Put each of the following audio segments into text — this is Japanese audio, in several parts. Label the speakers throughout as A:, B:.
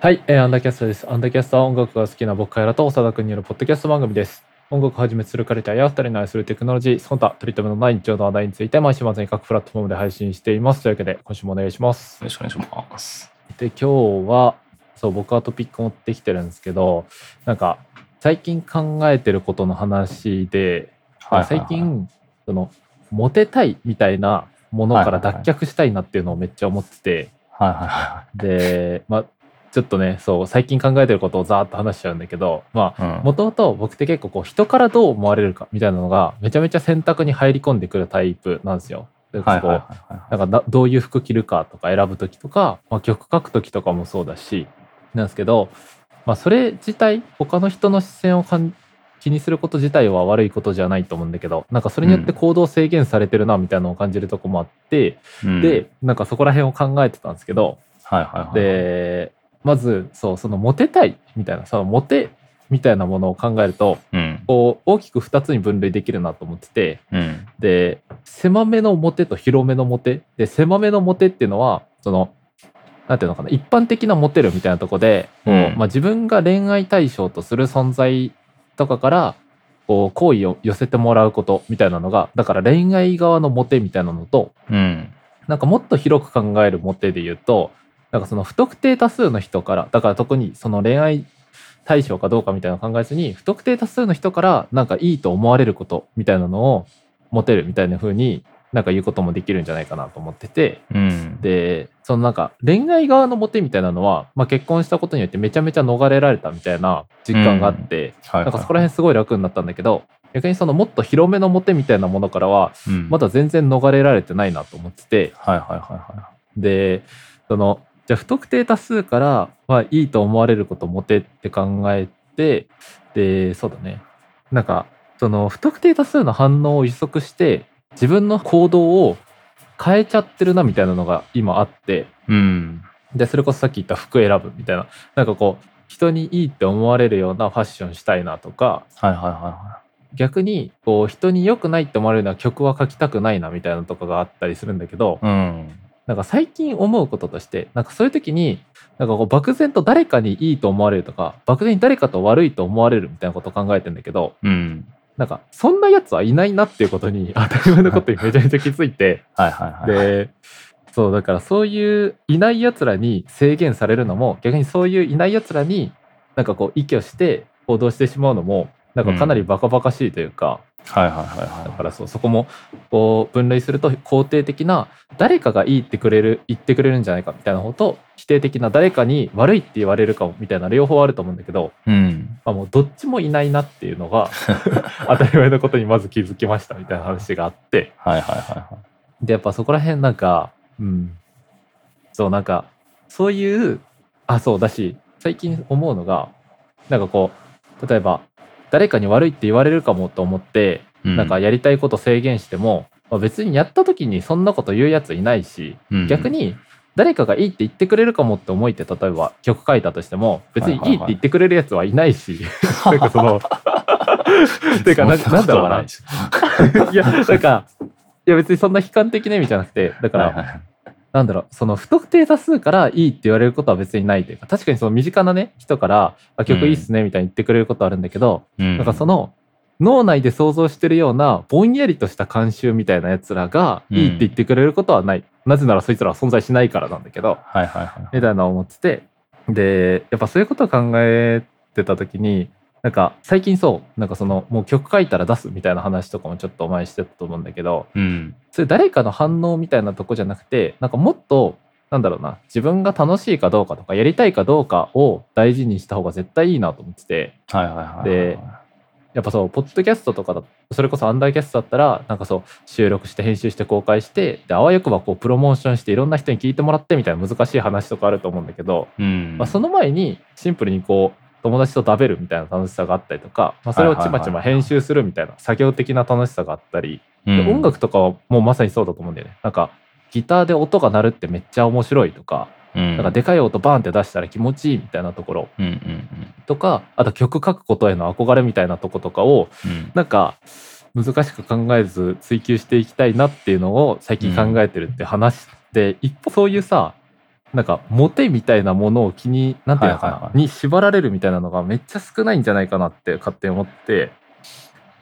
A: はい、えーアンダーキャストです。アンダーキャストは音楽が好きな僕からと長田君によるポッドキャスト番組です。音楽をはじめするカルチャーや二人の愛するテクノロジー、その他、取り留めのない日常の話題について毎週末に各プラットフォームで配信しています。というわけで、今週もお願いします
B: よ。ろしくお願いします。
A: で、今日は、そう、僕はトピック持ってきてるんですけど、なんか、最近考えてることの話で、
B: はいはいはい
A: 最近、その、モテたいみたいなものから脱却したいなっていうのをめっちゃ思ってて、
B: はいはいは
A: で、まあ、ちょっとね、そう、最近考えてることをざーっと話しちゃうんだけど、ま
B: いはい。
A: あ、
B: うん
A: もともと僕って結構こう、人からどう思われるかみたいなのが、めちゃめちゃ選択に入り込んでくるタイプなんですよ。で
B: はい
A: こ
B: はいうは
A: なんかなどういう服着るかとか選ぶときとか、まあ、曲書くときとかもそうだし、なんですけど、まあ、それ自体、他の人の視線をかん気にすること自体は悪いことじゃないと思うんだけど、なんかそれによって行動制限されてるなみたいなのを感じるとこもあって、
B: いはい。うん
A: で、なんかそこら辺を考えてたんですけど、
B: はいはいはい。、
A: でまずそうそのモテたいみたいなそのモテみたいなものを考えると
B: うん。
A: こう大きく2つに分類できるなと思ってて
B: うん。
A: で狭めのモテと広めのモテで狭めのモテっていうのはそのなんていうのかな一般的なモテるみたいなとこで、
B: うん
A: まあ、自分が恋愛対象とする存在とかからこう好意を寄せてもらうことみたいなのがだから恋愛側のモテみたいなのと
B: うん。
A: なんかもっと広く考えるモテで言うと、なんかその不特定多数の人から、だから特にその恋愛対象かどうかみたいなのを考えずに、不特定多数の人からなんかいいと思われることみたいなのをモテるみたいな風になんか言うこともできるんじゃないかなと思ってて、
B: うん。
A: で、そのなんか恋愛側のモテみたいなのは、まあ、結婚したことによってめちゃめちゃ逃れられたみたいな実感があって、
B: はいはい、
A: なんかそこら辺すごい楽になったんだけど、逆にそのもっと広めのモテみたいなものからは、
B: 辺、うん、
A: ま、だ全然逃れられてないなと思ってて、
B: はいはいはいは
A: でそのじゃあ不特定多数から、まあ、いいと思われることモテって考えてでそうだねなんかその不特定多数の反応を予測して自分の行動を変えちゃってるなみたいなのが今あって
B: い。うん。
A: でそれこそさっき言った服選ぶみたいななんかこう人にいいって思われるようなファッションしたいなとか
B: はいはいはいは
A: 逆にこう人に良くないって思われるような曲は書きたくないなみたいなとかがあったりするんだけど、
B: い。うん。
A: なんか最近思うこととして、なんかそういう時に、なんかこう漠然と誰かにいいと思われるとか、漠然に誰かと悪いと思われるみたいなことを考えてんだけど、
B: うん。
A: なんかそんな奴はいないなっていうことに、当たり前のことにめちゃめちゃ気づいて、
B: はいはいはい。、
A: で、そう、だからそういういない奴らに制限されるのも、逆にそういういない奴らに、なんかこう依拠して行動してしまうのも、なんかかなりバカバカしいというか、
B: はいはいはいは
A: だ
B: い。
A: からそうそこもこう分類すると肯定的な誰かがいいってくれる言ってくれるんじゃないかみたいな方と否定的な誰かに悪いって言われるかもみたいな両方あると思うんだけど、
B: うん。
A: まあ、もうどっちもいないなっていうのが当たり前のことにまず気づきましたみたいな話があって
B: はいはいはいはい。
A: でやっぱそこら辺なんかうんそうなんかそういうあそうだし最近思うのがなんかこう例えば誰かに悪いって言われるかもと思って
B: う
A: なんか、やりたいこと制限しても、まあ、別にやった時にそんなこと言うやついないし、
B: うん
A: 逆、に誰かがいいって言ってくれるかもって思いって例えば曲書いたとしても別に
B: はい
A: い
B: はいい
A: って
B: はい
A: 言ってくれるやつはいない し、なんかそのていうかななんだろうな いやなんかいや別にそんな悲観的な意味じゃなくてだから、
B: ら、
A: なんだろうその不特定多数からいいって言われることは別にないというか確かにその身近なね人からあ曲いいっすねみたいに言ってくれることはあるんだけど、
B: うん。
A: なんかそ、の脳内で想像してるようなぼんやりとした慣習みたいなやつらが
B: うん
A: いいって言ってくれることはない、なぜならそいつらは存在しないからなんだけど
B: はいはいはい。
A: みたいなのを思っててでやっぱそういうことを考えてた時になんか最近そうなんかそのもう曲書いたら出すみたいな話とかもちょっとお前してたと思うんだけど
B: うん。
A: それ誰かの反応みたいなとこじゃなくてなんかもっとなんだろうな自分が楽しいかどうかとかやりたいかどうかを大事にした方が絶対いいなと思ってて。
B: はいはいはいはい。
A: でやっぱそうポッドキャストとかだそれこそアンダーキャストだったらなんかそう収録して編集して公開してであわよくばこうプロモーションしていろんな人に聞いてもらってみたいな難しい話とかあると思うんだけど、
B: うん。
A: まあ、その前にシンプルにこう友達と食べるみたいな楽しさがあったりとか、まあ、それをちまちま編集するみたいな作業的な楽しさがあったり、
B: うん、
A: で音楽とかはもうまさにそうだと思うんだよねなんかギターで音が鳴るってめっちゃ面白いとか
B: うん、
A: なんかでかい音バーンって出したら気持ちいいみたいなところ
B: うんうん
A: とかあと曲書くことへの憧れみたいなとことかを
B: うんうん。
A: なんか難しく考えず追求していきたいなっていうのを最近考えてるって話して、一歩そういうさなんかモテみたいなものを気になんていうのかな、
B: はいはいはい
A: に縛られるみたいなのがめっちゃ少ないんじゃないかなって勝手に思って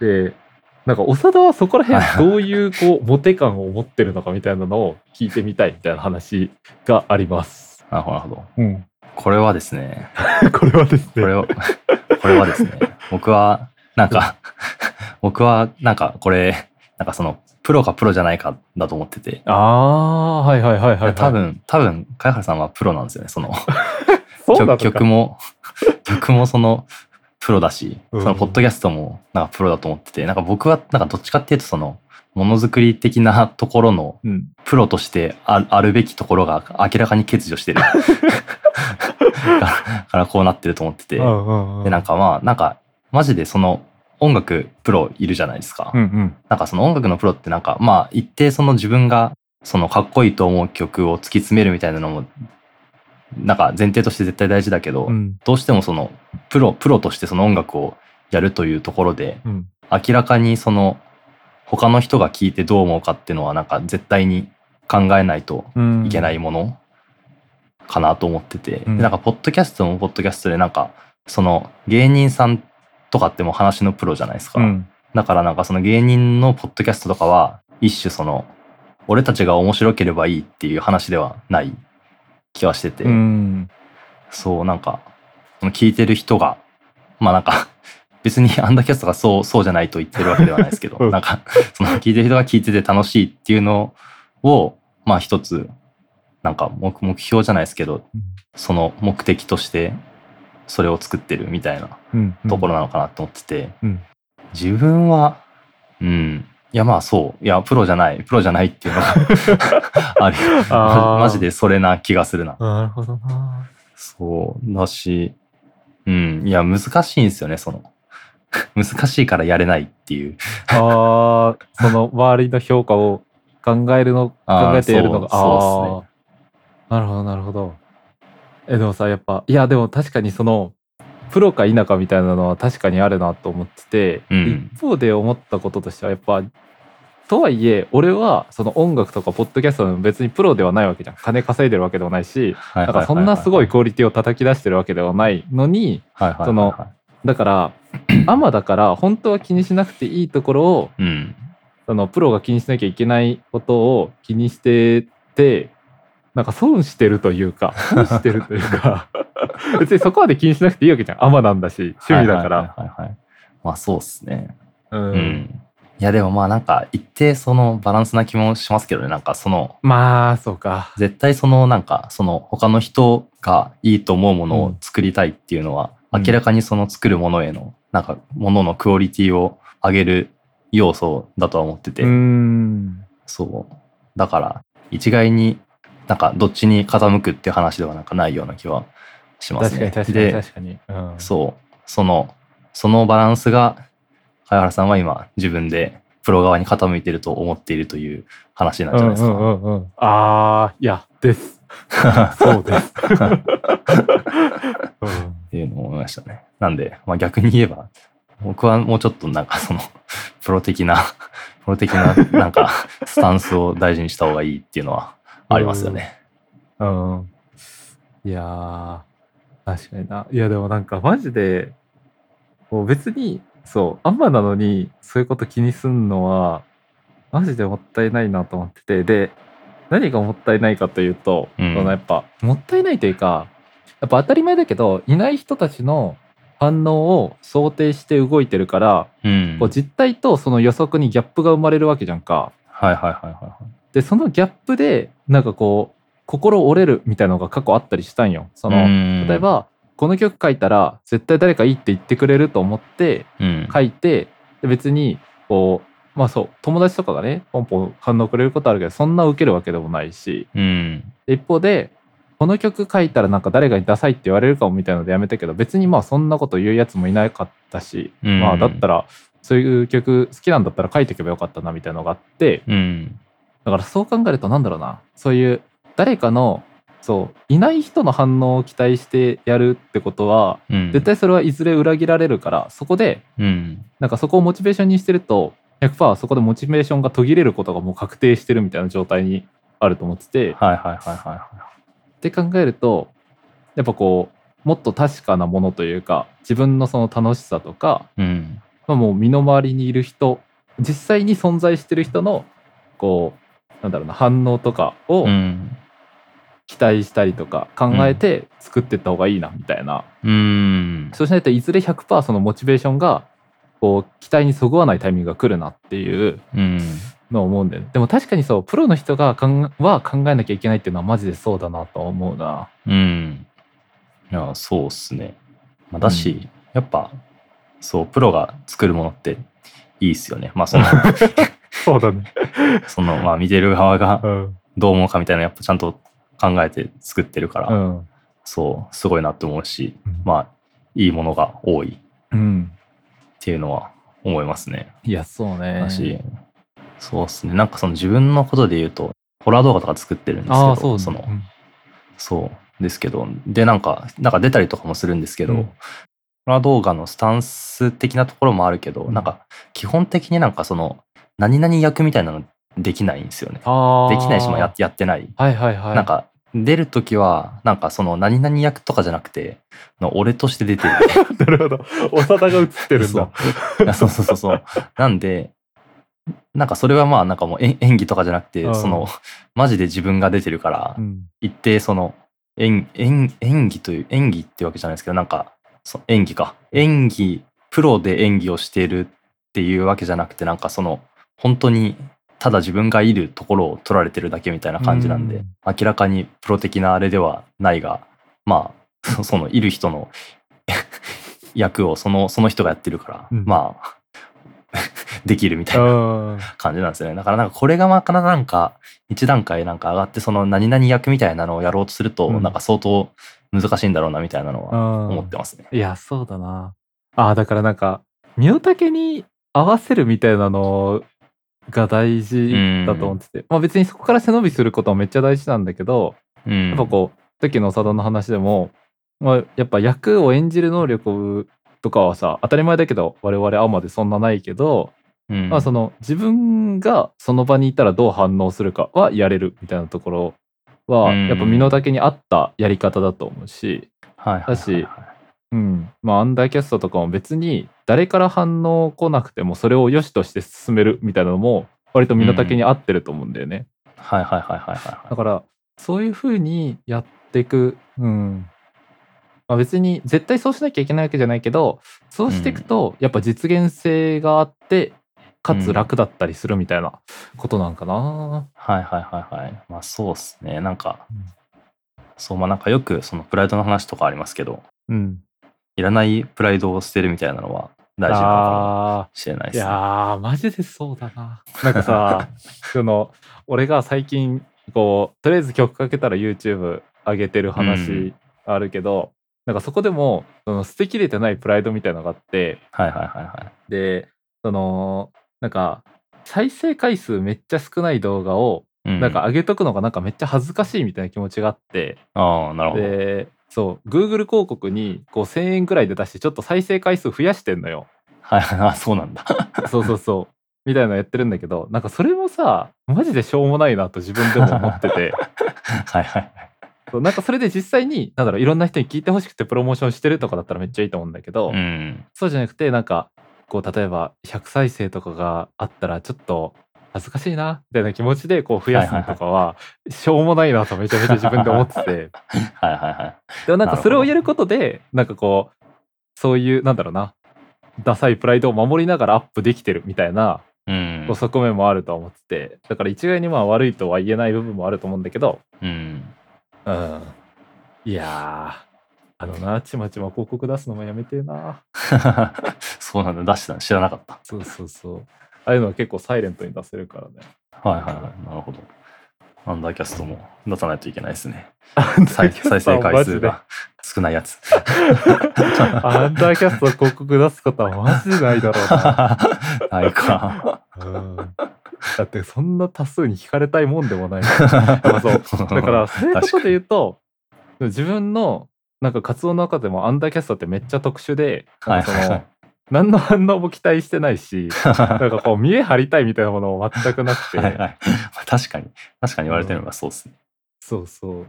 A: でなんか長田はそこら辺どういうこうモテ感を持ってるのかみたいなのを聞いてみたいみたいな話があります。
B: なるほどなるほど。
A: うん、
B: これはですね、
A: これはですね
B: こ れは、これはですね、僕は、なんか、 僕は、なんか、これ、なんかその、プロかプロじゃないかだと思ってて、
A: あーはいはいはいはい、はい、
B: 多分、多分、貝原さんはプロなんですよね、その、
A: そうなの
B: 曲
A: か
B: 曲も、 曲もその、プロだし、
A: うん
B: その、ポッドキャストも、なんか、プロだと思ってて、なんか僕は、なんか、どっちかっていうと、その、ものづくり的なところの、
A: うん、
B: プロとしてああるべきところが明らかに欠 如してる。だからからこうなってると思ってて。
A: うんうんうん
B: で、なんかまあ、なんか、マジでその音楽プロいるじゃないですか。
A: うんうん
B: なんかその音楽のプロってなんか、まあ一定その自分がそのかっこいいと思う曲を突き詰めるみたいなのも、なんか前提として絶対大事だけど、
A: うん
B: どうしてもそのプロ、プロとしてその音楽をやるというところで、
A: うん
B: 明らかにその他の人が聞いてどう思うかっていうのはなんか絶対に考えないと
A: うん
B: いけないものかなと思ってて、
A: うん
B: でなんかポッドキャストもポッドキャストでなんかその芸人さんとかってもう話のプロじゃないですか、
A: うん
B: だからなんかその芸人のポッドキャストとかは一種その俺たちが面白ければいいっていう話ではない気はしてて、
A: うん
B: そう、なんか、その聞いてる人が、まあなんか、 別にアンダーキャストがそう、そうじゃないと言ってるわけではないですけど、
A: うん
B: なんか、その聞いてる人が聞いてて楽しいっていうのを、まあ一つ、なんか目目標じゃないですけど、その目的として、それを作ってるみたいな
A: うん
B: ところなのかなと思ってて、
A: うん
B: 自分は、うん、いやまあそう、いや、プロじゃない、プロじゃないっていうのが ある
A: あー
B: マジでそれな気がするな。
A: なるほどな
B: そう、だし、うん、いや、難しいんですよね、その。 難しいからやれないっていう。
A: あーその周りの評価を考えるの
B: あー
A: 考えてやるのが
B: そうそうっ
A: あーなるほどなるほどえでもさやっぱいやでも確かにそのプロか否かみたいなのは確かにあるなと思ってて、
B: うん
A: 一方で思ったこととしてはやっぱとはいえ俺はその音楽とかポッドキャストの別にプロではないわけじゃん金稼いでるわけでもないし
B: はい
A: だ
B: はい
A: からそ
B: はいは
A: んなすごいク
B: い
A: オリティを叩き出してるわけではないのに
B: はいはいはいはい、
A: そのだからアマだから本当は気にしなくていいところを
B: うん。
A: そのプロが気にしなきゃいけないことを気にしててなんか損してるというか損してるというか 別にそこまで気にしなくていいわけじゃんアマなんだし趣味だか
B: はい
A: ら
B: はいはいはいはい。まあそうっすね。
A: う
B: うん。
A: ん
B: いや、でもまあなんか、一定そのバランスな気もしますけどね、なんかその、
A: まあそうか
B: 絶対そのなんか、その他の人がいいと思うものを作りたいっていうのは、
A: うん
B: 明らかにその作るものへの、なんか、もののクオリティを上げる要素だとは思ってて。
A: うーん
B: そう。だから、一概に、なんか、どっちに傾くっていう話ではなんかないような気はします
A: 確かに確
B: ね。
A: かに
B: で、
A: 確かに、うん、
B: そう。その、そのバランスが、貝原さんは今、自分で、プロ側に傾いてると思っているという話なんじゃないです
A: うんう
B: か。
A: んうんうんああいやですそうです、 うん
B: っていうのを思いましたね。なんで、まあ逆に言えば、僕はもうちょっとなんかその、プロ的な、 プロ的な、なんか、スタンスを大事にした方がいいっていうのはありますよね。
A: うん。いやー、確かにな。いや、でもなんかマジで、こう別に、そう、あんまなのに、そういうこと気にすんのは、マジでもったいないなと思ってて、で、何がもったいないかというと、
B: うん
A: そのやっぱ、もったいないというか、やっぱ当たり前だけど、いない人たちの反応を想定して動いてるから、
B: うん。
A: こう実態とその予測にギャップが生まれるわけじゃんか。
B: はいはいはいはいはい。
A: でそのギャップでなんかこう心折れるみたいなのが過去あったりしたんよその
B: の
A: 例え、ばこの曲書いたら絶対誰かいいって言ってくれると思って
B: うん、
A: 書いてで別にこうまあそう友達とかがねポンポン反応くれることあるけどそんな受けるわけでもないし
B: うん。
A: で一方でこの曲書いたらなんか誰かにダサいって言われるかもみたいのでやめたけど別にまあそんなこと言うやつもいなかったし、
B: うん
A: まあだったらそういう曲好きなんだったら書いておけばよかったなみたいなのがあって、
B: うん。
A: だからそう考えるとなんだろうなそういう誰かのそういない人の反応を期待してやるってことは
B: うん
A: 絶、対それはいずれ裏切られるからそこで
B: うん。
A: なんかそこをモチベーションにしてると100%そこでモチベーションが途切れることがもう確定してるみたいな状態にあると思ってて
B: はいはいはいはいは
A: って考えるとやっぱこうもっと確かなものというか自分のその楽しさとか、
B: うん。
A: まあ、もう身の回りにいる人実際に存在してる人のこうなんだろうな反応とかを
B: うん。
A: 期待したりとか考えて作っていった方がいいなみたいな、
B: うん。
A: そうしないといずれ100%そのモチベーションがこう期待にそぐわないタイミングが来るなっていう
B: うん。
A: のを思うんだよねでも確かにそうプロの人が考えは考えなきゃいけないっていうのはマジでそうだなと思うな。
B: うん。いや、そうっすね。まあ、だし、やっぱ、そう、プロが作るものっていいっすよね。まあ、その、
A: そうだ ね。
B: その、まあ、見てる側が
A: うん。
B: どう思うかみたいな、やっぱちゃんと考えて作ってるから、
A: うん。
B: そう、すごいなって思うし、まあ、いいものが多い
A: うん。
B: っていうのは思いますね。
A: いや、そうね。
B: だし、そうっすね。なんかその自分のことで言うと、ホラー動画とか作ってるんですけ
A: あ
B: ど、
A: あ、そう
B: その
A: う、ん
B: そうですけど、で、なんか、なんか出たりとかもするんですけど、
A: うん
B: ホラー動画のスタンス的なところもあるけど、
A: うん
B: なんか、基本的になんかその、何々役みたいなのできないんですよね。
A: ああ。
B: できないし、まあややってない。
A: はいはいはい。
B: なん、か、出るときは、なんかその、何々役とかじゃなくて、の俺として出てる。
A: なるほど。おさたが映ってるんだ。
B: いやそうそうそうそう。なんで、なんかそれはまあ、なんかもう演演技とかじゃなくて、
A: うん
B: その、マジで自分が出てるから、
A: ん。
B: 一定その演演演技という演技ってわけじゃないですけどなんかそ演技か演技プロで演技をしているっていうわけじゃなくてなんかその本当にただ自分がいるところを取られてるだけみたいな感じなんで、
A: うん
B: 明らかにプロ的なあれではないがまあそそのいる人の 役をそのその人がやってるから、
A: うん
B: まあ できるみたいな
A: うん。
B: 感じなんですよね。だからなんかこれがまたなんか一段階なんか上がってその何々役みたいなのをやろうとすると
A: うん
B: なんか相当難しいんだろうなみたいなのは
A: 思
B: 思ってますね。
A: いや、そうだな。ああ、だからなんか、身の丈に合わせるみたいなのが大事だと思ってて、まあ別にそこから背伸びすることはめっちゃ大事なんだけど、
B: うん
A: やっぱこう、さっきの長田の話でも、まあ、やっぱ役を演じる能力とかはさ、当たり前だけど、我々青までそんなないけど、
B: うん
A: まあその自分がその場にいたらどう反応するかはやれるみたいなところは、
B: うん
A: やっぱ身の丈に合ったやり方だと思うし、
B: はいはいはいは
A: だ
B: い
A: しうん、まあアンダーキャストとかも別に誰から反応来なくてもそれを良しとして進めるみたいなのも割と身の丈に合ってると思うんだよね。
B: はいはいはいはいはい
A: だからそういうふうにやっていく、うんまあ、別に絶対そうしなきゃいけないわけじゃないけどそうしていくとやっぱ実現性があってかつ楽だったりするみたいなことなんかな。
B: はいはいはいはいまあそうっすねなんか、
A: うん
B: そうまあなんかよくそのプライドの話とかありますけど
A: うん、
B: いらないプライドを捨てるみたいなのは大事なのか
A: あ
B: もしれない
A: ーい
B: ですね。
A: やーマジでそうだな。なんか さその俺が最近こうとりあえず曲かけたら YouTube 上げてる
B: う
A: 話あるけど、なんかそこでもその捨てきれてないプライドみたいなのがあって。
B: はいはいはいはい。
A: でそのなんか再生回数めっちゃ少ない動画を
B: うん
A: なんか上げとくのがなんかめっちゃ恥ずかしいみたいな気持ちがあって、
B: ああなるほど。
A: でそう Google 広告にこう1,000円くらいで出してちょっと再生回数増やしてんのよ
B: はいはいはいそうなんだ。
A: そうそうそうみたいなのやってるんだけどなんかそれもさマジでしょうもないなと自分でも思ってて
B: はいはい。
A: そうなんかそれで実際になんだろういろんな人に聞いてほしくてプロモーションしてるとかだったらめっちゃいいと思うんだけど、
B: うん。
A: そうじゃなくてなんかこう例えば100再生とかがあったらちょっと恥ずかしいなみたいな気持ちでこう増やすのとかはしょうもないなとめちゃめちゃ自分で思って て
B: はいはいはい。
A: でもなんかそれ
B: なるほ
A: を
B: ど
A: やることでなんかこうそういうなんだろうなダサいプライドを守りながらアップできてるみたいな
B: うん
A: こう側面もあるとは思っててだから一概にまあ悪いとは言えない部分もあると思うんだけど
B: うん。
A: うんいやーあのなちまちま広告出すのもやめてえな。
B: そうなんだ、出してたの知らなかった。
A: そうそうそう。ああいうのは結構サイレントに出せるからね。
B: はいはいはい、なるほど。アンダーキャストも出さないといけないですね。 再再生回数が少ないやつ。
A: アンダーキャストの広告出すことはマジでないだろうな。
B: ないか。
A: うん、だってそんな多数に聞かれたいもんでもないから。ぱそうだから、そういうことで言うと、自分のなんか活動の中でもアンダーキャストってめっちゃ特殊で、
B: はい
A: そ
B: はいは
A: の
B: い。
A: 何の反応も期待してない し、なんかこう見栄張りたいみたいなものも全くなくて、
B: はいはいまあ確かに、確かに言われてみればそうですね。
A: そうそう。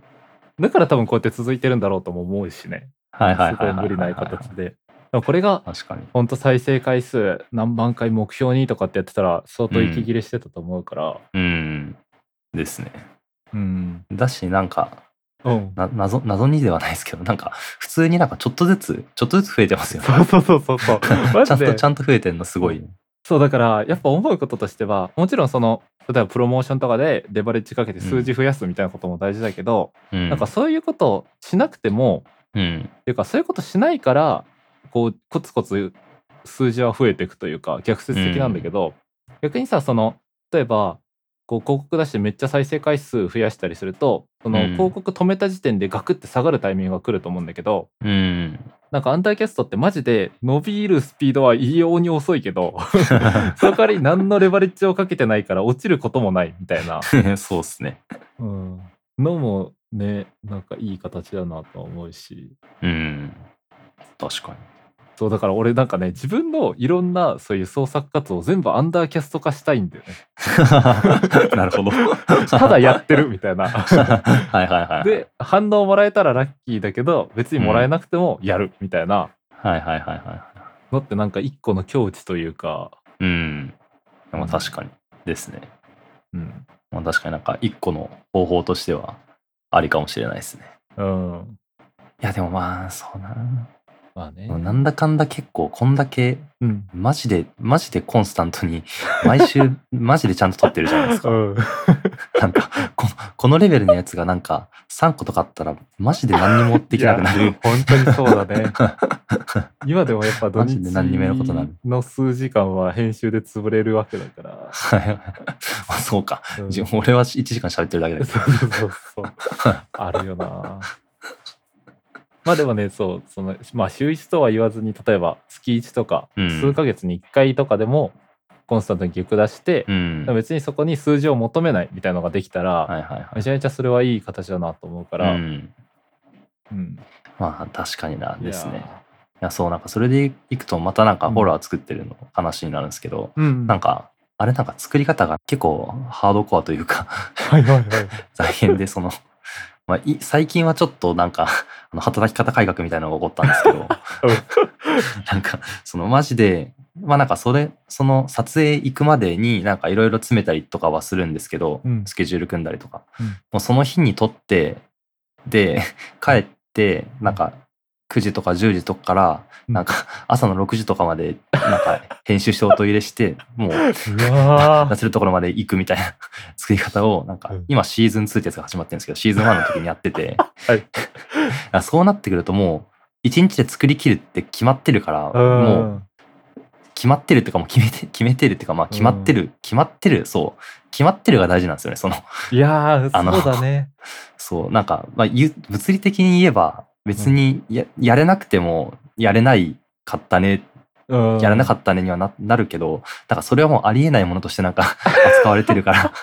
A: だから多分こうやって続いてるんだろうとも思うしね。
B: はい
A: す
B: はいは
A: ご
B: い
A: い
B: はい。
A: 無理ない形。で。でもこれが
B: 確かに。
A: 本当再生回数何万回目標にとかってやってたら相当息切れしてたと思うから。
B: うん。ですね。
A: うん。
B: だし、なんか、
A: うん。
B: な謎謎にではないですけど、なんか、普通になんかちょっとずつ、ちょっとずつ増えてますよね。
A: そうそうそうそう そう。マ
B: ちゃ
A: ジ
B: んと
A: で
B: ち。ゃんと増えてんのすごい。
A: そうだからやっぱ思うこととしてはもちろんその例えばプロモーションとかでレバレッジかけて数字増やすみたいなことも大事だけど、
B: うん。
A: なんかそういうことをしなくても
B: うん。
A: っていうかそういうことしないからこうコツコツ数字は増えていくというか逆説的なんだけど、逆にさその例えばこう広告出してめっちゃ再生回数増やしたりするとその
B: うん
A: 広告止めた時点でガクって下がるタイミングが来ると思うんだけど、
B: うん。
A: なんかアンダーキャストってマジで伸びるスピードは異様に遅いけ どその代わり何のレバレッジをかけてないから落ちることもないみたいな、
B: そうっすね。
A: うん、のもねなんかいい形だなと思うし
B: うん。確 かに。
A: そうだから俺なんかね自分のいろんなそういう創作活動を全部アンダーキャスト化したいんだよね
B: なるほど。
A: ただやってるみたいな
B: はいはいはい。
A: で反応もらえたらラッキーだけど別にもらえなくてもやるみたいな
B: はいはいはいは
A: のってなんか一個の境地というか、
B: い。うん。まあ確かに。ですね。
A: うん
B: まあ確かになんか一個の方法としてはありかもしれないですね。
A: うん、
B: いやでもまあそうな。
A: まあね
B: なんだかんだ結構こんだけ
A: うん
B: マジでマジでコンスタントに毎週 マジでちゃんと撮ってるじゃないですか。
A: うん
B: なんかここのレベルのやつがなんか3個とかあったらマジで何にもできなくないる
A: や。本当にそうだ ね今でもやっぱ土
B: マ
A: 日
B: ジで何にもやることになる
A: の数時間は編集で潰れるわけだから、
B: はいまあ そうか。
A: うん
B: じゃあ俺は1時間喋ってるだけだ け
A: そうそうそうそう。あるよな。まあでもね、そう、その、まあ週1とは言わずに、例えば月1とか、
B: うん
A: 数ヶ月に1回とかでも、コンスタントに曲出して
B: ど。う、ん。はい
A: 別にそこに数字を求めないみたいなのができたら、
B: はいはい。
A: めちゃめちゃそれはいい形だなと思うから、
B: う
A: うん。
B: んまあ確かになです
A: い
B: ね。
A: や
B: いやそうなんかそれでいくとまたなんか
A: うん
B: ホラー作ってるの話になるんですけど、
A: ー。うん。
B: なんかあれなんか作り方が結構ハードコアというか
A: はいはいはい。
B: 大変でその、 まあ、い最近はちょっとなんか あの働き方改革みたいなのが起こったんですけど なんかそのマジでまあなんかそれその撮影行くまでになんかいろいろ詰めたりとかはするんですけど、
A: うん
B: スケジュール組んだりとか、
A: うん
B: もうその日に撮ってで帰ってなんか9時とか10時とかから
A: うん
B: なんか朝の6時とかまでなんか編集して音入れしてもう
A: うわ
B: 出
A: ー
B: せるところまで行くみたい な作り方をなんか
A: うん
B: 今シーズン2ってやつが始まってるんですけどシーズン1の時にやってて、
A: はい
B: だからそうなってくるともう1日で作り切るって決まってるから
A: うん
B: もう決まってるっていうかもう決めて 決めてるっていうかまあ決まってる決まってるそう決まってるが大事なんですよねその
A: いや
B: あの
A: ー、そうだね。
B: そうなんか、まあ、ゆ物理的に言えば別にや,、やれなくてもやれないかったね
A: うん。
B: やらなか
A: っ
B: ったねにはななるけどだからそれはもうありえないものとしてなんか 扱われてるから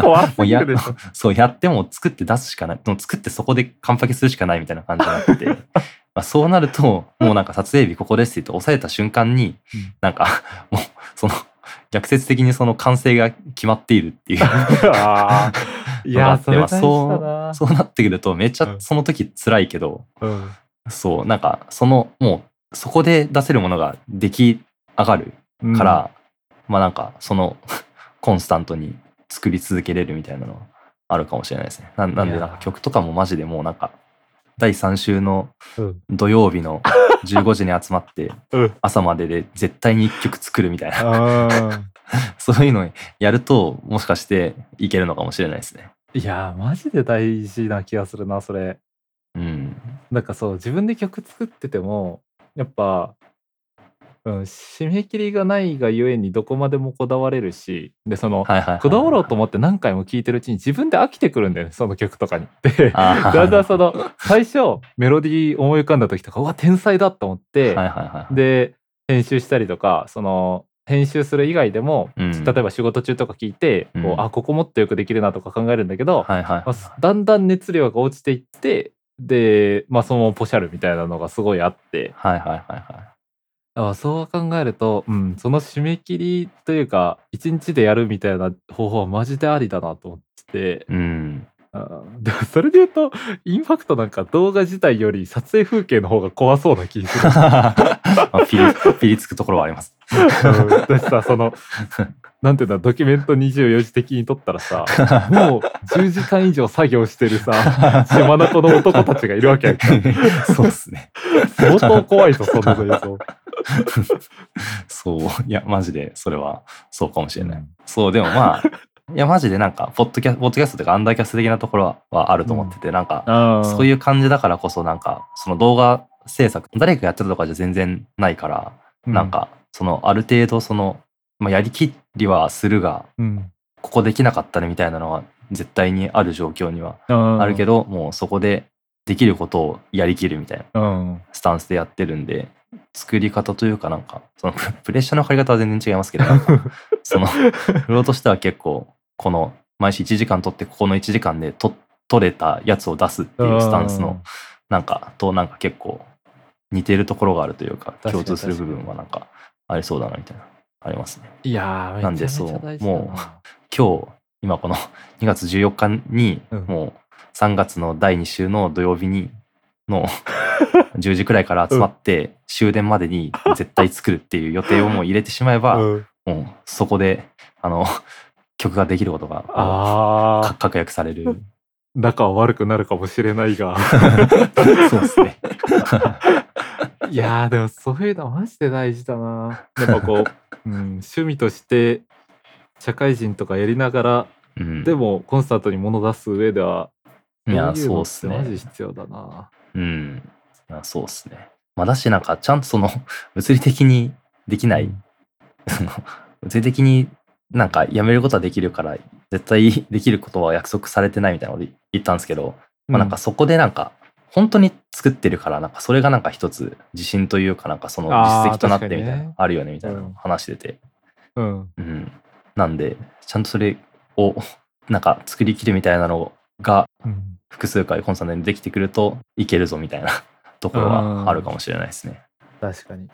A: 怖す
B: もう
A: ぎ
B: や
A: るでしょ。
B: そうやっても作って出すしかないもう作ってそこで完璧するしかないみたいな感じになっ ててまあそうなるともうなんか撮影日ここですって言って押さえた瞬間に、
A: うん
B: なんか もうその逆説的にその完成が決まっているっていう
A: あー いやー、それ大事だな。
B: そうなってくるとめっち
A: う
B: ゃ
A: ん
B: その時辛いけど、
A: うん
B: そうなんかそのもうそこで出せるものが出来上がるか、ら、まあなんかその コンスタントに作り続けれるみたいなのはあるかもしれないですね。なんなん
A: いや
B: で
A: ー
B: なんか曲とかもマジでもうなんか第3週の
A: うんうん
B: 土曜 日の15時に集まって
A: うん
B: 朝までで絶対に1曲作るみたいな
A: あ
B: そういうのやるともしかしていけるのかもしれないですね。
A: ーいやーマジで大事な気がするなそれ
B: うん。
A: なんかそう自分で曲作っててもやっぱ、うん、締め切りがないがゆえにどこまでもこだわれるしでその、
B: はいはいはい、
A: こだわろうと思って何回も聴いてるうちに自分で飽きてくるんだよねその曲とかに。で
B: あー
A: だんだんその最初メロディー思い浮かんだ時とかうわ天才だと思って、
B: はいはいはい。
A: で編集したりとかその編集する以外でも、
B: うん
A: 例えば仕事中とか聞いて、こ
B: うん
A: うあここもっとよくできるなとか考えるんだけど、
B: はいはい
A: まあだんだん熱量が落ちていってで、まあ、そのままポシャルみたいなのがすごいあって
B: はいはいはいはい。
A: あそう考えると、うん、その締め切りというか一日でやるみたいな方法はマジでありだなと思ってて
B: うん。。
A: うんでもそれで言うとインパクトなんか動画自体より撮影風景の方が怖そうな気する
B: まあ、ピリピリつくところはあります。
A: うんだってさ そのなんていうんだドキュメント24時的に撮ったら さもう10時間以上作業してるさ血眼の男たちがいるわけやんか
B: そうですね。
A: 相当怖いぞそんな映像。
B: そう。いや、マジで、それは、そうかもしれない。そう、でもまあ、いや、マジでなんか、ポッドキャスト、ポッドキャストというか、アンダーキャスト的なところははあると思ってて、なんか、そう
A: い
B: いう感じだからこそ、なんか、その動画制作、誰かやってたとかじゃ全然ないから、
A: う
B: なん、か、その、ある程度、その、まあ、やりきりはするが、
A: うん
B: ここできなかったねみたいなのは、絶対にある状況にはあるけ
A: ど、
B: ど、もうそこでできることをやりきるみたいな
A: うん、
B: スタンスでやってるんで、作り方というかなんか、その ププレッシャーのかかり方は全然違いますけど、なんかその、フローとしては結構、この、毎週1時間撮って、ここの1時間で撮取れたやつを出すっていうスタンスの、なんか、となんか結構似てるところがあるというか、
A: かに
B: 共通する部分はなんかありそうだなみたいな、ありますね。
A: うんいやー
B: なん
A: めち
B: で
A: ゃめちゃ
B: そう
A: 大事だな
B: も今日、今この 2月14日に、
A: うん
B: もう3月の第2週の土曜日に、 の10時くらいから集まって、終電までに絶対作るっていう予定をもう入れてしまえば、
A: うん
B: もうそこで、あの、 曲ができることが、こ
A: あ
B: う
A: あ
B: か確約される。
A: 仲は悪くなるかもしれない が
B: そうですね。
A: いやーでもそういうのマジで大事だなやっぱこう、うん、趣味として社会人とかやりながら
B: うん、
A: でもコンサートに物出す上ではこ
B: いや、
A: ういう
B: そう
A: の
B: っ
A: っ
B: す
A: てマジ
B: ね。
A: 必要だな
B: うん。いやそうっすね。まあ、だし、なんか、ちゃんとその、 物理的にできない、その、物理的になんかやめることはできるから、絶対 できることは約束されてないみたいなこと言ったんですけど、まあ、なんかそこでなんか、本当に作ってるから、なんかそれがなんか一つ自信というか、なんかその
A: あー
B: 実績となってみたい
A: 確
B: な、
A: かにね
B: あるよねみたいな
A: うん
B: 話してて。
A: うん、うん
B: うん。なんで、ちゃんとそれを、 なんか作りきるみたいなのが
A: うん
B: 複数回コンサートでできてくるといけるぞみたいな ところはあるかもしれないですね。
A: 確かに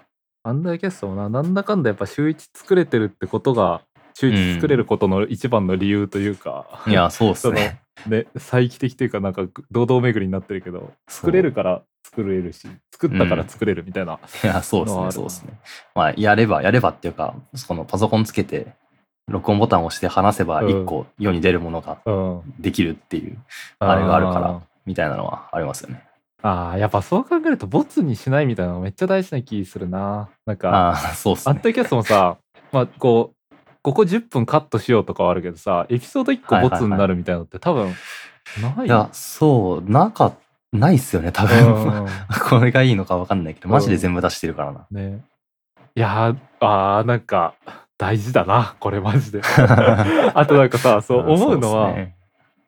A: アンダーキャストもななんだかんだやっぱ週一作れてるってことが週一作れることの一番の理由というか、
B: いや、そうですね。
A: ね再帰的というかなんか堂々巡りになってるけど
B: 作
A: 作れる。から作れるし作ったから作れるみたいな、
B: いや、そうです
A: のはあ
B: ね。
A: る
B: そうですね。まあ、やれば、やればっていうか、そのパソコンつけて、録音ボタンを押して話せば
A: うん
B: 一個世に出るものが
A: うん
B: できるっていう、あれがあるからみたいなのはありますよね。
A: あーあーやっぱそう考えるとボツにしないみたいなのがめっちゃ大事な気するななんか
B: ああ、そうです
A: アン
B: ね。
A: タキャストもさまあこうここ10分カットしようとかはあるけどさエピソード1個ボツになるみたいなのって多分ない
B: いや、そう、なか、ないっすよね、多分。
A: う
B: これがいいのかわかんないけど、マジで全部出してるからな。
A: んねいやーあーなんか大事だなこれマジ であとなんかさそう
B: あ
A: 思うのは
B: そっすね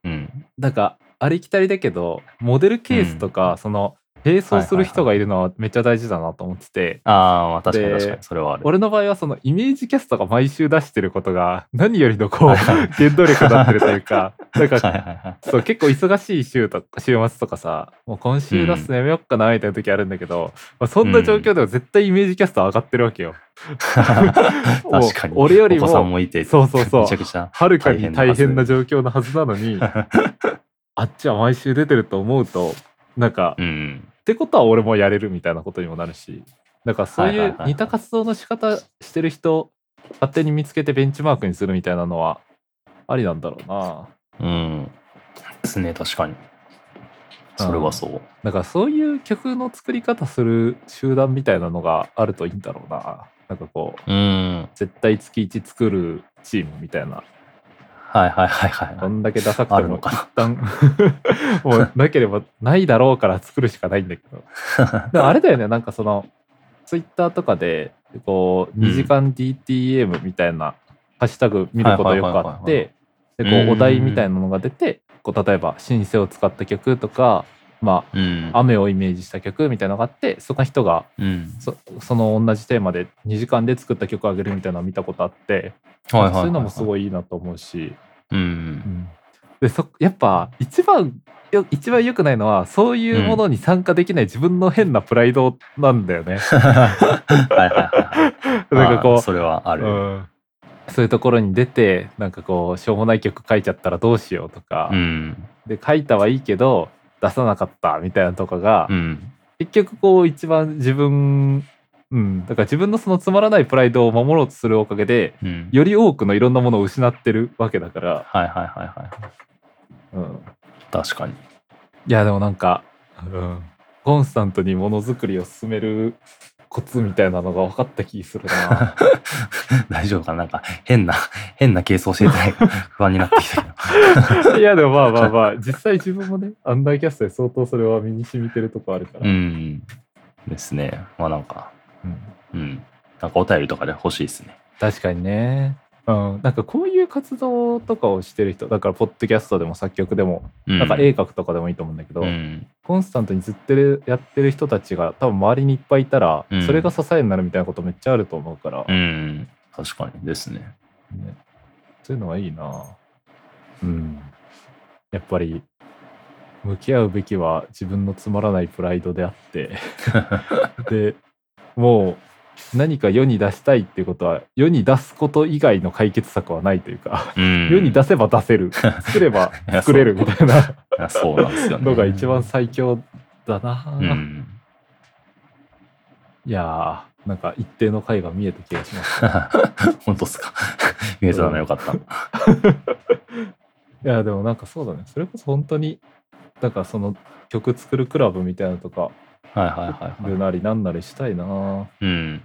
B: うん。
A: なんかありきたりだけどモデルケースとか、その並走する人がいるのはめっちゃ大事だなと思ってて、
B: ああ、まあ確かに
A: で
B: 確かに、それはある。
A: 俺の場合はそのイメージキャストが毎週出してることが何よりのこう
B: はいはい
A: 原動力になってるというかなん
B: はい
A: か
B: はいはい。
A: そう結構忙しい週とか週末とかさもう今週出すのやめよっかなみたいな時あるんだけど、まあ、そんな状況でも絶対イメージキャストは上がってるわけよ。もう
B: 確かに。
A: 俺より
B: お子さん
A: も
B: もいて、
A: そうそうそう
B: めちゃくちゃ。
A: はるかに大
B: 大
A: 変
B: 変な
A: な
B: は
A: 状況のはずなのに あっちは毎週出てると思うとなんか
B: うん。
A: ってことは俺もやれるみたいなことにもなるしなんかそう
B: はい
A: い
B: はいは
A: う
B: いはい
A: 似た活動の仕方してる人勝手に見つけてベンチマークにするみたいなのはありなんだろうな
B: うん。ですね、確かに。それはそう。
A: なんかそういう曲の作り方する集団みたいなのがあるといいんだろうななんかこう
B: うん。
A: 絶対月1作るチームみたいな
B: はいはいはいはい
A: ど
B: はい。
A: んだけダサく
B: あ
A: て
B: るの
A: も一
B: か
A: 旦 もうなければないだろうから作るしかないんだけど
B: な。
A: でもあれだよね、なんかその、ツイッターとかで、こう、
B: うん
A: 2時間 DTM みたいなハッシュタグ見ることよくあっ
B: はいはいはいはいは
A: て、で、こ
B: うん
A: う、お題みたいなのが出て、こう、例えば、シンセを使った曲とか、ま
B: うん
A: あ、。雨をイメージした曲みたいなのがあって、その人が
B: うん。
A: そ、その同じテーマで2時間で作った曲をあげるみたいなのを見たことあって、
B: はいはい。
A: そういうのもす
B: い。
A: ごいいいなと思うし、
B: うん。
A: でそやっぱ一番よ一番良くないのはそういうものに参加できない自分の変なプライドなんだよ ね。
B: はいはいはいはい。
A: なんか
B: ま
A: こ
B: あそれはあ
A: う、
B: る。
A: うんそういうところに出てなんかこうしょうもない曲書いちゃったらどうしようとか、
B: うん。
A: で書いたはいいけど出さなかったみたいなとかが、
B: うん。
A: 結局こう一番自分うんだから自分のそのつまらないプライドを守ろうとするおかげで
B: うん。
A: より多くのいろんなものを失ってるわけだから、
B: はいはいはいはい。
A: うん、
B: 確かに。
A: いやでもなんか、うん、コンスタントにものづくりを進めるコツみたいなのが分かった気するな
B: 大丈夫かななんか変な、変なケース教えてないか不安になってきたけど。
A: いやでもまあまあまあ実際自分もねアンダーキャストで相当それは身に染みてるとこあるから、
B: うん。ですね。まあなんか、
A: うん
B: うん。なんかお便りとかで欲しいですね。
A: 確かにね、うん、なんかこういう活動とかをしてる人だからポッドキャストでも作曲でも、
B: うん。
A: なんか絵描くとかでもいいと思うんだけど、
B: うん。
A: コンスタントにずっとやってる人たちが多分周りにいっぱいいたら、
B: うん
A: それが支えになるみたいなことめっちゃあると思うから、
B: うん。確かにですね。
A: ね、そういうのはいいなうんやっぱり向き合うべきは自分のつまらないプライドであって でもう何か世に出したいっていうことは世に出すこと以外の解決策はないというか、
B: うん。
A: 世に出せば出せ る作れば
B: いや
A: 作れるみたいな
B: そういやそうなんですよね。
A: のが一番最強だな、
B: うん。
A: いやーなんか一定の回が見えた気がします
B: 本当っすか。 見えてたのよかった。
A: いやでもなんかそうだねそれこそ本当になんかその曲作るクラブみたいなのとか
B: はいはいはい、はい
A: る。なりなんなりしたいな
B: うん。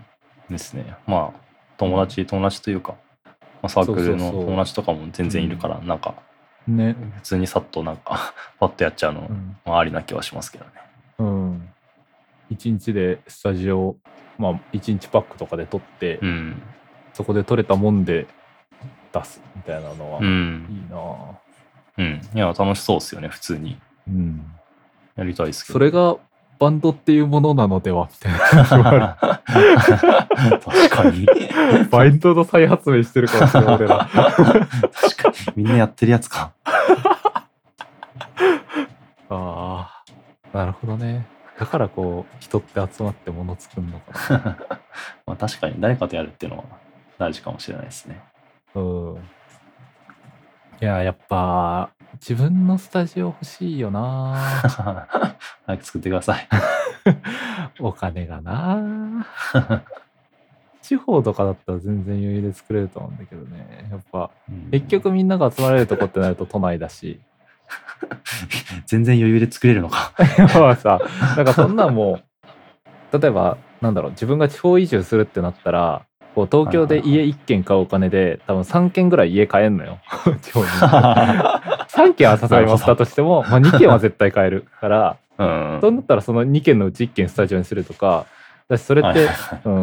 B: ですね。まあ、友達、友達というか、まあ、サークル
A: そう
B: の
A: そうそう
B: 友達とかも全然いるから、なんか、
A: ね
B: 普通にさっとなんか、 パッとやっちゃうの、
A: うん、
B: まあ、ありな気はしますけどね。
A: うん、1日でスタジオまあ1日パックとかで撮って、
B: うん。
A: そこで撮れたもんで出すみたいなのは、
B: う
A: い
B: ん。
A: いな
B: うん。いや、楽しそうですよね、普通に。
A: うん
B: やりたいですけ
A: そ
B: ど。
A: れがバンドっていうものなのではみたいな
B: 確かに。
A: バンドの再発明してるかもしれない俺ら
B: 確かに。みんなやってるやつか。
A: ああ、なるほどね。だからこう、人って集まって物作るのか
B: まあ確かに誰かとやるっていうのは大事かもしれないですね。
A: な。うん。いや、やっぱ、自分のスタジオ欲しいよ な。
B: 早く作ってください。
A: お金がな。地方とかだったら全然余裕で作れると思うんだけどね。やっぱ、結局みんなが集まれるとこってなると都内だし。
B: 全然余裕で作れるのか。
A: やっぱさ、なんかそんなんもう、例えば、なんだろう、自分が地方移住するってなったら、こう東京で家1軒買うお金で、多分3軒ぐらい家買えんのよ。地方に。3軒はさすがに持ったとしても、まあ、2軒は絶対買えるから、
B: うん。
A: そうなったらその2軒のうち1軒スタジオにするとか、だしそれって、
B: はいはいはい
A: うん、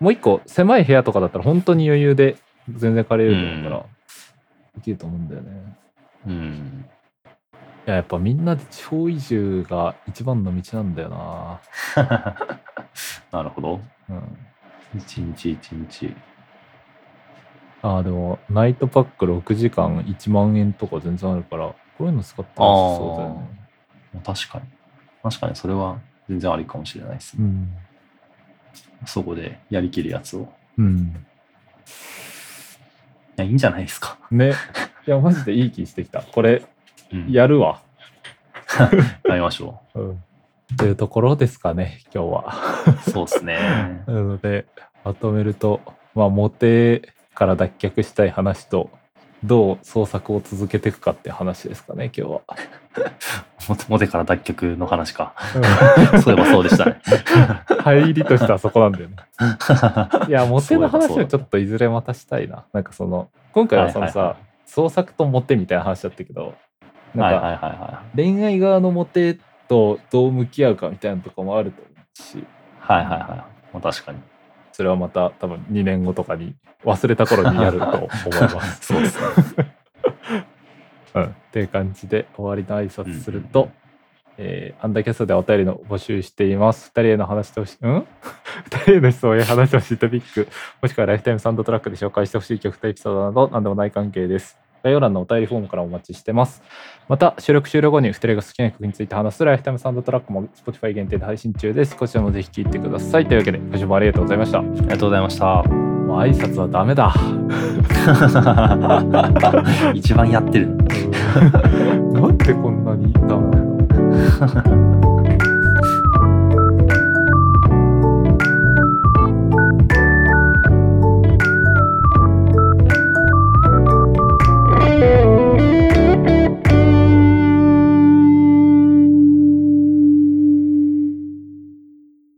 A: もう1個狭い部屋とかだったら本当に余裕で全然借りれると思うから、できると思うんだよね。
B: うん。
A: いや、やっぱみんなで地方移住が一番の道なんだよな。
B: なるほど。
A: うん
B: 一日一日。
A: ああ、でも、ナイトパック6時間1万円とか全然あるから、こういうの使ったら良さそうだよね。
B: 確かに。確かにそれは全然ありかもしれないです
A: う
B: ね。
A: ん。
B: そこでやりきるやつを。い
A: うん。
B: や、いいんじゃないですか。
A: ね。いや、マジでいい気してきた。これ、
B: うん、
A: やるわ。
B: やりましょ
A: うん。というところですかね、今日は。
B: う。そうですね。
A: なので、まとめると、まあ、モテから脱却したい話と、どう創作を続けていくかって話ですかね、今日は。
B: モテモテから脱却の話か。 そういえばそうでしたね。
A: 入りとしてはそこなんだよね。いや、モテの話
B: そう
A: を
B: だ
A: ちょっといずれまたしたいな。なんかその、今回はそのさ、
B: は
A: 創作とモテみたいな話だったけど、
B: いはいはい
A: なん
B: は
A: か
B: いは
A: 恋愛側のモテとどう向き合うかみたいなとこもあると思うし、
B: い。はいはいはい。まあ確かに。
A: それはまた多分2年後とかに忘れた頃にやると思います。
B: そうですね。
A: うん、っていう感じで終わりの挨拶すると、
B: うん
A: えーアンダーキャストではお便りの募集しています。二人への話してほしい、うん 二人への質問や話してほしいトピック、もしくはライフタイムサウンドトラックで紹介してほしい曲とエピソードなど、何でもない関係です。概要欄のお便りフォームからお待ちしてます。また、収録終了後に二人が好きな曲について話すライフタイムサウンドトラックも Spotify 限定で配信中です。こちらもぜひ聴いてください。というわけで、ご視聴もありがとうございました。も
B: ありがとうござい ました。
A: う挨拶はダメだ。
B: 一番やってる。
A: なんでこんな。